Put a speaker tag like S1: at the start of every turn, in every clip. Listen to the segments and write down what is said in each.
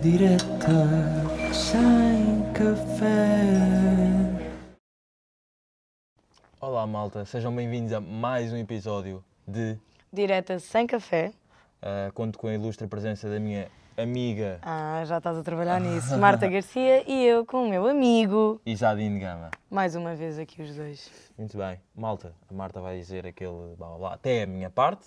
S1: Direta sem café.
S2: Olá malta, sejam bem-vindos a mais um episódio de
S3: Direta sem café.
S2: ah, Conto com a ilustre presença da minha amiga
S3: Ah, já estás a trabalhar nisso. Marta Garcia e eu com o meu amigo.
S2: Isadine Gama.
S3: Mais uma vez aqui os dois.
S2: Muito bem, malta, a Marta vai dizer aquele blá blá blá até a minha parte.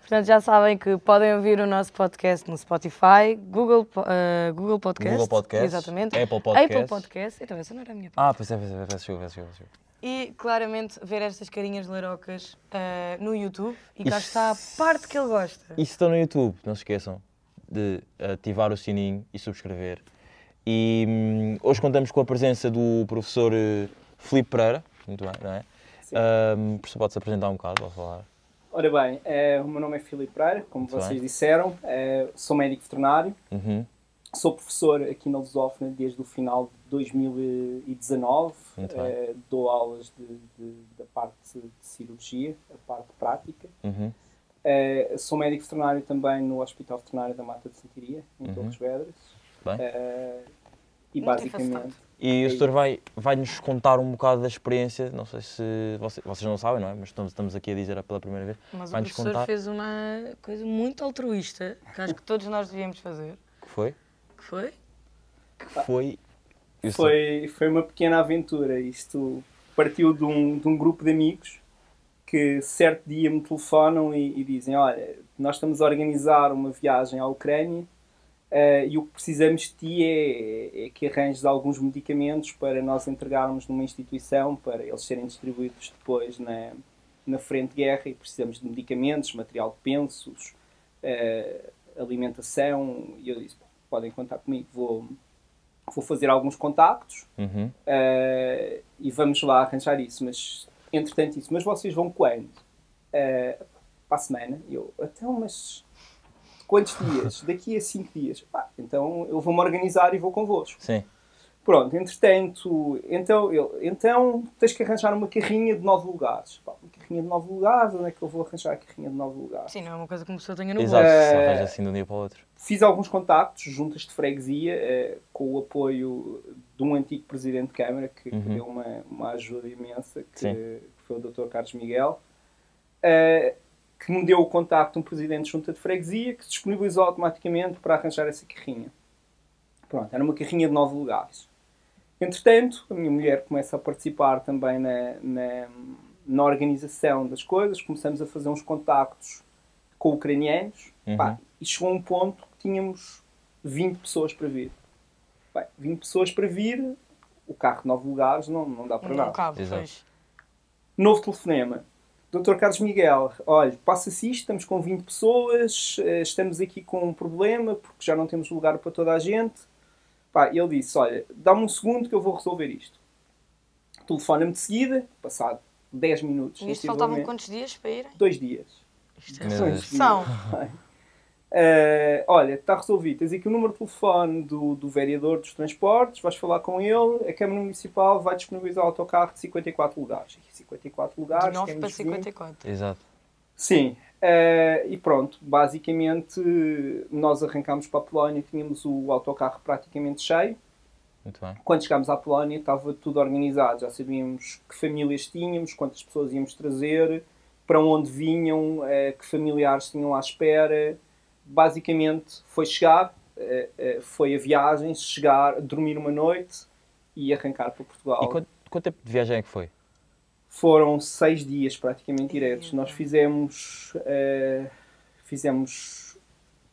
S3: Portanto, já sabem que podem ouvir o nosso podcast no Spotify, Google, po- ah, Google Podcast.
S2: Google Podcasts,
S3: Exatamente.
S2: Apple Podcasts.
S3: Apple Podcast. Então, essa não era a minha parte.
S2: Ah, pois é, pois é, peço desculpa, peço desculpa, peço desculpa.
S3: E claramente ver estas carinhas larocas ah, no YouTube. E cá está a parte que ele gosta.
S2: E se estão no YouTube, não se esqueçam de ativar o sininho e subscrever. E hum, hoje contamos com a presença do professor eh, Filipe Pereira, muito bem, não é? Ahm, professor, pode-se apresentar um bocado, pode falar.
S4: Ora bem, eh, o meu nome é Filipe Pereira, como
S2: Muito
S4: vocês
S2: bem.
S4: disseram, eh, sou médico veterinário,
S2: Uhum,
S4: sou professor aqui na Lusófona desde o final de 2019,
S2: Muito bem.
S4: eh, dou aulas de, de- da parte de cirurgia, a parte prática.
S2: uhum,
S4: Eh, sou médico veterinário também no Hospital Veterinário da Mata de Santiria, em
S2: Uhum.
S4: Torres Vedras.
S2: bem.
S3: É,
S4: Eh, e
S3: Multifacetado.
S4: basicamente,
S2: E
S4: É
S2: o senhor vai, vai nos contar um bocado da experiência, não sei se vocês, vocês não sabem, não é? Mas estamos, estamos aqui a dizer pela primeira vez.
S3: Mas o
S2: vai nos
S3: professor
S2: contar
S3: fez uma coisa muito altruísta, que acho que todos nós devíamos fazer.
S2: que foi.
S3: Que foi?
S2: Que foi. e o senhor-
S4: Foi, foi uma pequena aventura. Isto partiu de um, de um grupo de amigos que certo dia me telefonam e, e dizem: Olha, nós estamos a organizar uma viagem à Ucrânia eh, e o que precisamos de ti é, é que arranjes alguns medicamentos para nós entregarmos numa instituição para eles serem distribuídos depois na, na frente de guerra. E precisamos de medicamentos, material de pensos, eh, alimentação. E eu disse: Podem contar comigo, vou, vou fazer alguns contactos.
S2: Uhum.
S4: Eh, e vamos lá arranjar isso, mas entretanto isso, mas vocês vão quando? Eh, para a semana? E Eu, então, mas quantos dias? Daqui a cinco dias. Pá, então eu vou-me organizar e vou convosco.
S2: Sim.
S4: Pronto, entretanto, então, eu, então tens que arranjar uma carrinha de nove lugares. Pá, uma carrinha de nove lugares, onde é que eu vou arranjar a carrinha de nove lugares?
S3: Sim, não é uma coisa que uma pessoa tenha no
S2: Exato,
S3: bolso.
S2: se
S4: Eh,
S2: arranja assim de um dia para o outro.
S4: Fiz alguns contactos, juntas de freguesia, eh, com o apoio de um antigo presidente de Câmara que, que
S2: Uhum.
S4: deu uma, uma ajuda imensa, que,
S2: Sim.
S4: que foi o Dr. Carlos Miguel, eh, que me deu o contacto de um presidente de junta de freguesia que se disponibilizou automaticamente para arranjar essa carrinha. Pronto, era uma carrinha de nove lugares. Entretanto, a minha mulher começa a participar também na, na, na organização das coisas, começamos a fazer uns contactos com ucranianos Pá, e chegou um ponto que tínhamos 20 pessoas para vir. Bem, 20 pessoas para vir, o carro de 9 lugares não, não dá para
S3: Não
S4: nada.
S3: cabe,
S2: Exato.
S3: pois.
S4: Novo telefonema. Dr. Carlos Miguel, olha, passa-se isto, estamos com 20 pessoas, eh, estamos aqui com um problema porque já não temos lugar para toda a gente. Pá, ele disse, olha, dá-me um segundo que eu vou resolver isto. Telefona-me de seguida, passado 10 minutos.
S3: E isto faltavam
S4: sensivelmente,
S3: quantos dias para irem?
S4: Dois dias.
S3: Isto é
S2: Meu
S3: uma
S2: Deus.
S3: pressão.
S4: Eh, olha, está resolvido. Tens aqui o número de telefone do, do vereador dos transportes, vais falar com ele. A Câmara Municipal vai disponibilizar o autocarro de 54 lugares. 54 lugares,
S3: De 9 para
S4: temos 20.
S3: 54.
S2: Exato.
S4: Sim, eh, e pronto, basicamente nós arrancámos para a Polónia, tínhamos o autocarro praticamente cheio.
S2: Muito bem.
S4: Quando chegámos à Polónia estava tudo organizado, já sabíamos que famílias tínhamos, quantas pessoas íamos trazer, para onde vinham, eh, que familiares tinham à espera. Basicamente foi chegar, eh, eh, foi a viagem, chegar, dormir uma noite e arrancar para Portugal.
S2: E quanto, quanto tempo de viagem é que foi?
S4: Foram seis dias praticamente diretos.
S3: Eita.
S4: Nós fizemos, eh, fizemos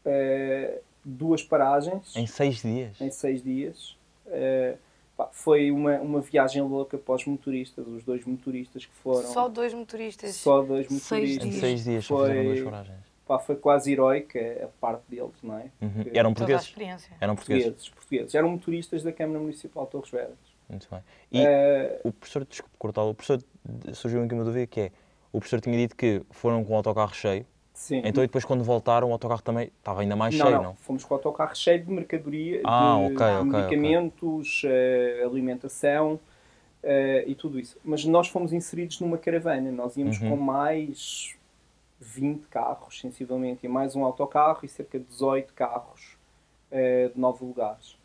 S4: eh, duas paragens
S2: Em seis dias.
S4: em seis dias. Eh, pá, foi uma, uma viagem louca para os motoristas, os dois motoristas que foram.
S3: Só dois motoristas.
S4: só dois
S3: seis
S4: motoristas.
S2: Em
S3: dias.
S2: seis dias, só
S4: Foi-
S2: fizeram duas paragens.
S4: Pá, foi quase heroica a parte deles, não é?
S2: Uhum.
S4: Que-
S2: Eram
S3: Toda a
S2: portugueses?
S3: experiência.
S2: Eram portugueses.
S4: Portugueses, portugueses. Eram motoristas da Câmara Municipal de Torres Vedras.
S2: Muito bem. E
S4: Eh,
S2: o professor, desculpe cortá-lo, o professor surgiu aqui uma dúvida que é, o professor tinha dito que foram com o autocarro cheio,
S4: sim.
S2: então e depois quando voltaram o autocarro também estava ainda mais
S4: não,
S2: cheio,
S4: não,
S2: não?
S4: Fomos com o autocarro cheio de mercadoria,
S2: Ah,
S4: de
S2: ok, ok, ok.
S4: medicamentos, eh, alimentação eh, e tudo isso. Mas nós fomos inseridos numa caravana. Nós íamos
S2: Uhum.
S4: com mais 20 carros, sensivelmente, e mais um autocarro e cerca de 18 carros eh, de nove lugares.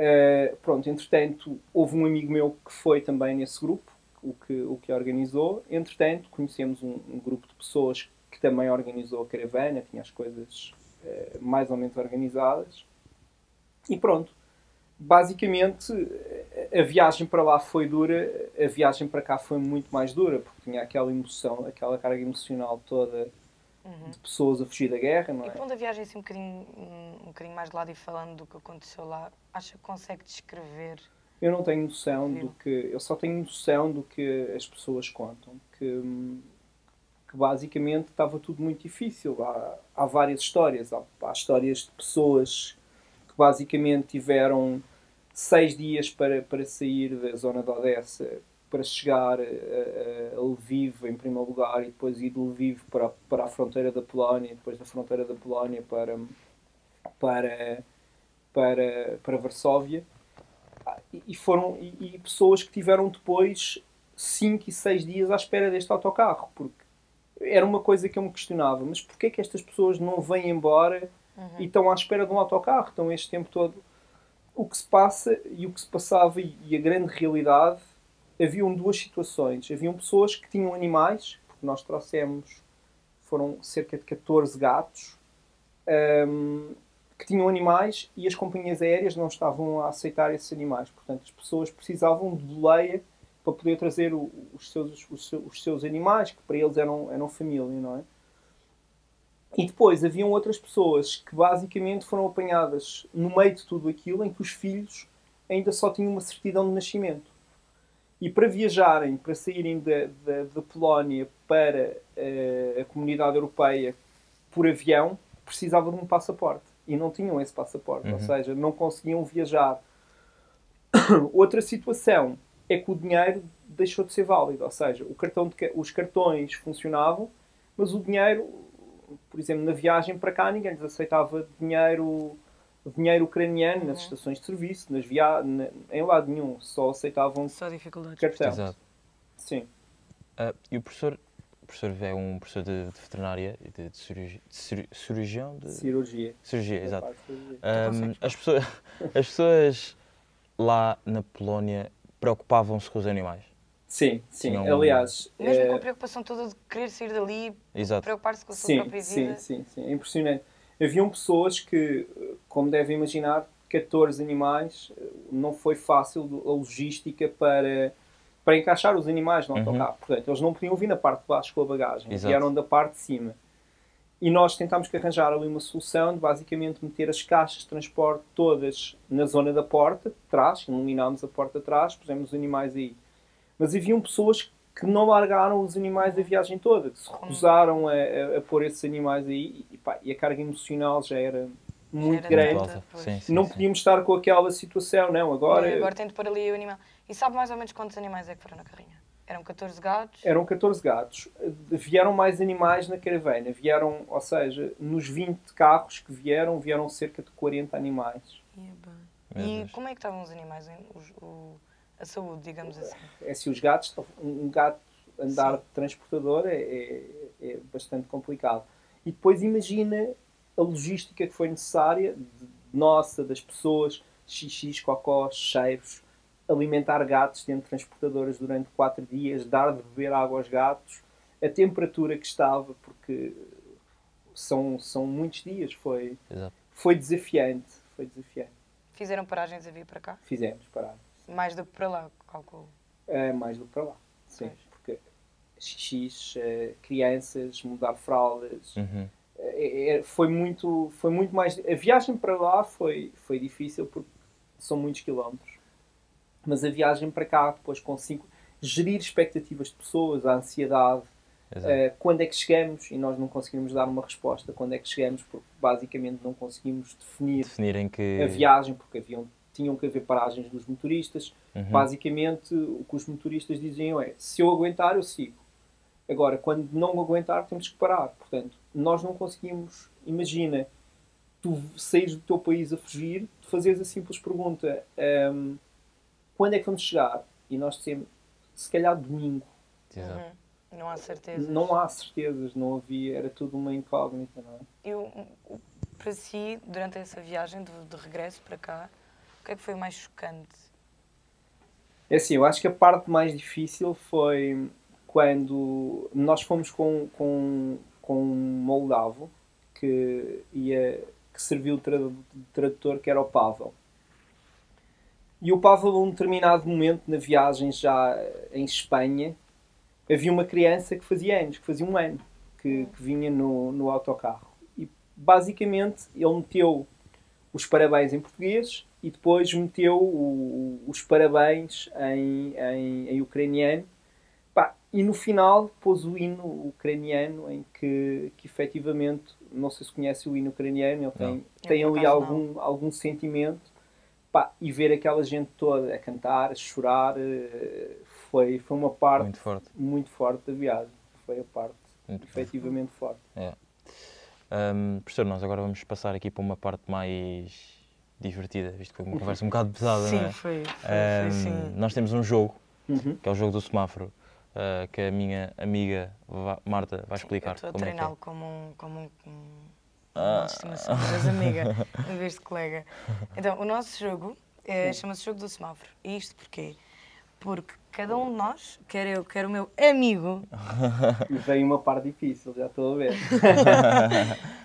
S4: Eh, pronto, entretanto, houve um amigo meu que foi também nesse grupo, o que, o que organizou. Entretanto, conhecemos um, um grupo de pessoas que também organizou a caravana, tinha as coisas eh, mais ou menos organizadas. E pronto, basicamente eh, a viagem para lá foi dura, a viagem para cá foi muito mais dura, porque tinha aquela emoção, aquela carga emocional toda de pessoas a fugir da guerra, não
S3: E
S4: é?
S3: pondo a viagem assim um bocadinho, um bocadinho mais de lado e falando do que aconteceu lá, acha que consegue descrever?
S4: Eu não tenho noção
S3: Viu?
S4: do que. Eu só tenho noção do que as pessoas contam. Que, hum, que basicamente estava tudo muito difícil. Há, há várias histórias. Há, há histórias de pessoas que basicamente tiveram seis dias para, para sair da zona de Odessa para chegar a, a- a Lviv em primeiro lugar e depois ir de Lviv para, para a fronteira da Polónia, e depois da fronteira da Polónia para, para, para, para Varsóvia e- e foram e, e pessoas que tiveram depois 5 e 6 dias à espera deste autocarro, porque era uma coisa que eu me questionava, mas porquê é que estas pessoas não vêm embora e estão à espera de um autocarro, estão este tempo todo o que se passa e o que se passava e e a grande realidade, haviam duas situações. Haviam pessoas que tinham animais, porque nós trouxemos, foram cerca de 14 gatos, hum, que tinham animais e as companhias aéreas não estavam a aceitar esses animais. Portanto, as pessoas precisavam de boleia para poder trazer o- os, seus, os, seus, os seus animais, que para eles eram, eram família, não é? E depois haviam outras pessoas que basicamente foram apanhadas no meio de tudo aquilo em que os filhos ainda só tinham uma certidão de nascimento. E para viajarem, para saírem da, da, da Polónia para eh, a comunidade europeia por avião, precisavam de um passaporte. E não tinham esse passaporte, ou seja, não conseguiam viajar. Outra situação é que o dinheiro deixou de ser válido, ou seja, o cartão de ca- os cartões funcionavam, mas o dinheiro por exemplo, na viagem para cá ninguém lhes aceitava dinheiro, dinheiro ucraniano nas estações de serviço, nas via... na- em lado nenhum, só aceitavam
S3: Só dificuldades.
S4: cartão.
S2: Exato.
S4: Sim.
S2: Ah, e o professor, o professor é um professor de, de veterinária e de, de, cirurgi, de cir- cirurgião de
S4: Cirurgia.
S2: cirurgia, Eh, exato.
S4: Da parte de cirurgia.
S2: Ahm,
S3: consegues.
S2: as, pessoas, as pessoas lá na Polónia preocupavam-se com os animais.
S4: Sim, sim.
S2: Não-
S4: Aliás,
S3: Mesmo com
S4: eh,
S3: a preocupação toda de querer sair dali,
S2: Exato.
S3: preocupar-se com a sua
S4: sim,
S3: própria
S4: sim,
S3: vida.
S4: sim, sim. É impressionante. Haviam pessoas que, como devem imaginar, 14 animais, eh, não foi fácil a logística para, para encaixar os animais no autocarro. Portanto, eles não podiam vir na parte de baixo com a bagagem,
S2: Uhum. Exato.
S4: vieram da parte de cima. E nós tentámos que arranjar ali uma solução de basicamente meter as caixas de transporte todas na zona da porta de trás, iluminámos a porta de trás, pusemos os animais aí. Mas haviam pessoas que não largaram os animais a viagem toda,
S3: Hum.
S4: que se recusaram a, a- a pôr esses animais aí e, pá, e a carga emocional já era muito
S3: era
S4: grande.
S2: Muito
S3: Grande,
S2: alta.
S3: pois.
S2: Sim, sim,
S4: não
S2: sim.
S4: podíamos estar com aquela situação, não. Agora,
S3: Agora, É, agora tento pôr ali o animal. E sabe mais ou menos quantos animais é que foram na carrinha? Eram 14 gatos?
S4: Eram 14 gatos. Vieram mais animais na caravana. Vieram, ou seja, nos 20 carros que vieram, vieram cerca de 40 animais.
S3: Ia bem.
S2: Meu
S3: E
S2: Deus.
S3: como é que estavam os animais? hein? Os- o- a saúde, digamos assim.
S4: É assim, os gatos, um um gato andar de transportador é, é- é bastante complicado. E depois imagina a logística que foi necessária, de- nossa, das pessoas, xixis, cocós, cheiros, alimentar gatos dentro de transportadoras durante 4 dias, dar de beber água aos gatos, a temperatura que estava, porque são, são muitos dias, foi,
S2: Exato.
S4: foi desafiante, foi desafiante.
S3: Fizeram paragens a vir para cá?
S4: Fizemos, parar.
S3: Mais do que para lá, calculo.
S4: É, mais do que para lá. Sim.
S3: Pois.
S4: Porque xixis, eh, crianças, mudar fraldas.
S2: Uhum.
S4: eh, eh, foi, muito, foi muito mais. A viagem para lá foi, foi difícil porque são muitos quilómetros. Mas a viagem para cá, depois com cinco. Gerir expectativas de pessoas, a ansiedade,
S2: Exato.
S4: eh, quando é que chegamos e nós não conseguimos dar uma resposta, quando é que chegamos, porque basicamente não conseguimos definir
S2: Definirem que. Uhum.
S4: a viagem, porque haviam, tinham que haver paragens dos motoristas.
S2: Uhum.
S4: Basicamente, o que os motoristas diziam é: se eu aguentar, eu sigo. Agora, quando não aguentar, temos que parar. Portanto, nós não conseguimos. Imagina, tu saís do teu país a fugir, tu fazes a simples pergunta: hum, "Ahm, quando é que vamos chegar? E nós dissemos: se calhar domingo.
S2: Exato.
S3: Uhum. Não há certeza.
S4: Não há certezas, não havia, era tudo uma incógnita, não é?
S3: Eu, o- para si, durante essa viagem de, de regresso para cá, o que é que foi mais chocante?
S4: É assim, eu acho que a parte mais difícil foi quando nós fomos com, com, com um moldavo que, ia, que serviu de tradu- de tradutor, que era o Pavel. E o Pavel, a um determinado momento na viagem já eh, em Espanha, havia uma criança que fazia anos, que fazia um ano, que, que vinha no, no autocarro. E basicamente ele meteu os parabéns em português e depois meteu o- o- os parabéns em, em, em ucraniano. Pá, e no final pôs o hino ucraniano em que, que efetivamente, não sei se conhece o hino ucraniano, ele tem, tem
S3: Eu, por
S4: ali
S3: acaso,
S4: algum, algum sentimento. Pá, e ver aquela gente toda a cantar, a chorar, eh, foi, foi uma parte
S2: Muito forte.
S4: muito forte da viagem. Foi a parte
S2: Muito forte.
S4: efetivamente forte.
S2: Hum, professor, nós agora vamos passar aqui para uma parte mais divertida, visto que foi uma conversa um bocado pesada,
S3: Uhum. sim,
S2: não é?
S3: foi, foi,
S2: Hum,
S3: foi, sim.
S2: Nós temos um jogo,
S4: Uhum.
S2: que é o jogo do semáforo, ah, que a minha amiga Va- Marta vai
S3: Eu
S2: explicar
S3: estou a
S2: como é Ah. que é.
S3: treiná-lo como um. Como um, um uma estimação, mas amiga, em vez de colega. Então, o nosso jogo eh, chama-se Jogo do Semáforo. E isto porquê? Porque cada um de nós, quer eu, quer o meu amigo,
S4: E veio uma parte difícil, já estou a ver.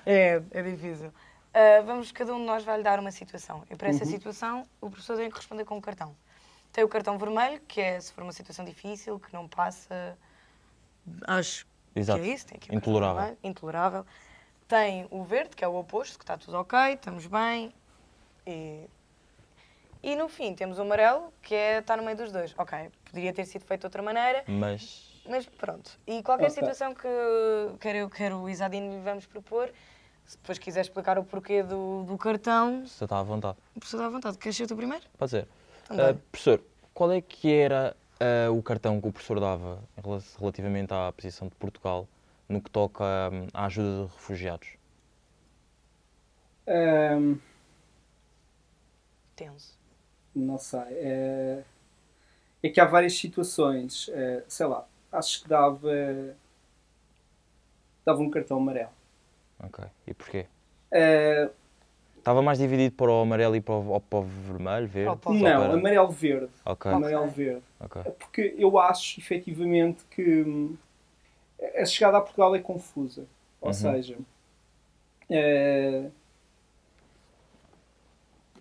S3: É, é difícil. Uhum. Ah, vamos, cada um de nós vai lhe dar uma situação. E para essa situação, o professor tem que responder com o cartão. Tem o cartão vermelho, que é se for uma situação difícil, que não passa. Acho
S2: Exato.
S3: que é isso. Tem aqui o cartão
S2: Intolerável.
S3: vermelho, Intolerável. Tem o verde, que é o oposto, que está tudo ok, estamos bem. E, e no fim temos o amarelo, que é está no meio dos dois. Ok, poderia ter sido feito de outra maneira,
S2: Mas
S3: mas pronto, e qualquer
S4: Ok.
S3: situação que quer eu, quer o Isadine lhe vamos propor, se depois quiser explicar o porquê do, do cartão,
S2: você está à vontade.
S3: a pessoa dá vontade. Queres ser tu primeiro? Então
S2: Pode ser.
S3: Também.
S2: Ah, professor, qual é que era ah, o cartão que o professor dava em rela- relativamente à posição de Portugal no que toca hum, à ajuda de refugiados?
S4: Ahm,
S3: Tenso.
S4: não sei. eh, É, que há várias situações. eh, sei lá, acho que dava. dava um cartão amarelo.
S2: Ok. E porquê?
S4: Eh,
S2: Estava mais dividido para o amarelo e para o, ou para o vermelho, verde?
S3: Ou para o- É
S2: Só
S4: não, é
S2: para-
S4: amarelo-verde.
S2: Ok,
S4: Amarelo-verde.
S2: ok.
S4: É Porque eu acho efetivamente que hum, a chegada a Portugal é confusa. Ou
S2: Uhum.
S4: seja, eh,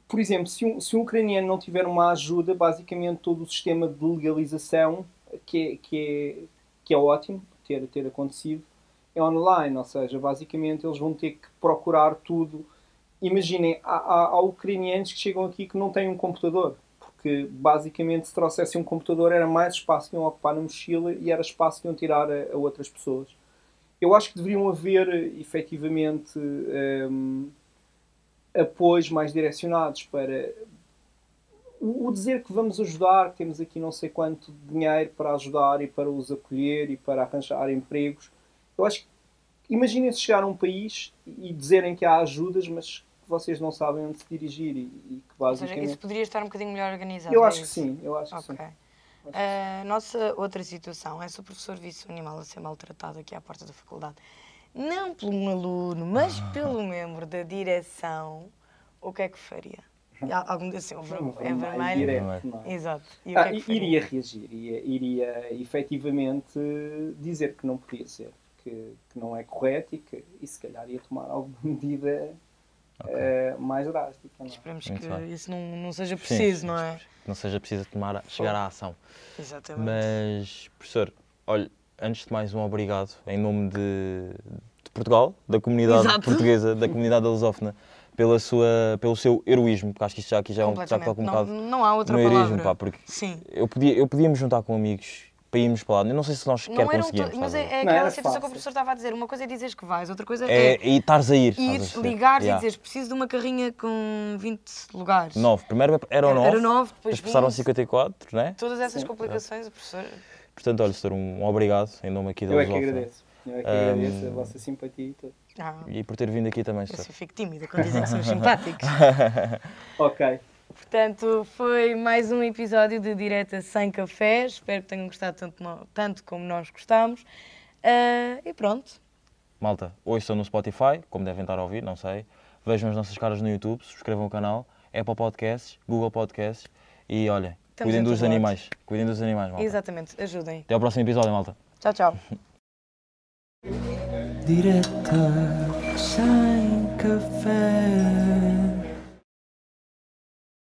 S4: por exemplo, se um, se um ucraniano não tiver uma ajuda, basicamente todo o sistema de legalização, que é, que é, que é ótimo ter, ter acontecido, é online. Ou seja, basicamente eles vão ter que procurar tudo. Imaginem, há, há, há ucranianos que chegam aqui que não têm um computador. Porque basicamente, se trouxessem um computador, era mais espaço que iam ocupar na mochila e era espaço que iam tirar a- a outras pessoas. Eu acho que deveriam haver, eh, efetivamente, ehm, apoios mais direcionados para. O o dizer que vamos ajudar, que temos aqui não sei quanto dinheiro para ajudar e para os acolher e para arranjar empregos. Eu acho que. Imaginem se chegar a um país e dizerem que há ajudas, mas que vocês não sabem onde se dirigir e, e que
S3: Ou seja, isso
S4: basicamente.
S3: poderia estar um bocadinho melhor organizado.
S4: Eu
S3: é
S4: acho que
S3: isso?
S4: sim, eu acho que
S3: Ok.
S4: sim.
S3: A nossa outra situação é se o professor visse um animal a ser maltratado aqui à porta da faculdade, não por um aluno, mas
S4: Ah.
S3: pelo membro da direção, o que é que faria? E há Algum assim, o ver- é
S4: Hum. Vai
S3: vermelho?
S4: direto, não é?
S3: Exato. E o
S4: Ah,
S3: que é que
S4: i-
S3: faria?
S4: iria reagir, iria, iria efetivamente dizer que não podia ser, que, que não é correto e que e se calhar ia tomar alguma medida eh, mais drástica. não é?
S3: Esperemos
S2: Muito
S3: que
S2: bem.
S3: isso não, não seja
S2: Sim,
S3: preciso, não é?
S2: Que não seja preciso tomar, a- chegar à ação.
S3: Exatamente.
S2: Mas, professor, olha, antes de mais um obrigado em nome de, de Portugal, da comunidade
S3: Exato.
S2: portuguesa, da comunidade lusófona, pela sua, pelo seu heroísmo, porque acho que isto já aqui já, é um- já
S3: Completamente.
S2: toca um
S3: não,
S2: bocado
S3: não há outra
S2: no heroísmo,
S3: palavra.
S2: pá, porque
S3: Sim.
S2: eu podia, eu podia me juntar com amigos para irmos para lá. Eu não sei se nós sequer
S3: Não era um to-
S2: conseguíamos.
S3: Mas é,
S2: estás a ver?
S3: é
S4: Não,
S3: aquela
S4: era
S3: situação que
S4: fácil.
S3: o professor estava a dizer. Uma coisa é dizeres que vais, outra coisa é,
S2: É, e estares a ir.
S3: ir,
S2: estás a perceber?
S3: ligares
S2: Yeah.
S3: e dizeres preciso de uma carrinha com 20 lugares.
S2: Nove. Primeiro era o
S3: Era-
S2: nove.
S3: era nove, depois
S2: Depois passaram
S3: 20.
S2: 54, né?
S3: Todas essas complicações, o professor.
S2: Portanto, olha, senhor, um obrigado em nome aqui da
S4: Eu é que
S2: Lusófona.
S4: agradeço, eu é que agradeço a vossa simpatia e tudo.
S3: Ah,
S2: E por ter vindo aqui também,
S3: eu
S2: senhor.
S3: só fico tímida quando dizem que somos simpáticos.
S4: Ok,
S3: Portanto, foi mais um episódio de Direta Sem Café. Espero que tenham gostado tanto, no- tanto como nós gostámos. Ah, e pronto.
S2: Malta, ouçam no Spotify, como devem estar a ouvir, não sei. Vejam as nossas caras no YouTube, subscrevam o canal, Apple Podcasts, Google Podcasts e olha,
S3: Estamos
S2: cuidem
S3: em
S2: dos
S3: todo lado.
S2: animais. Cuidem dos animais, malta.
S3: Exatamente, ajudem.
S2: Até ao próximo episódio, malta.
S3: Tchau, tchau.
S1: direta, sem café.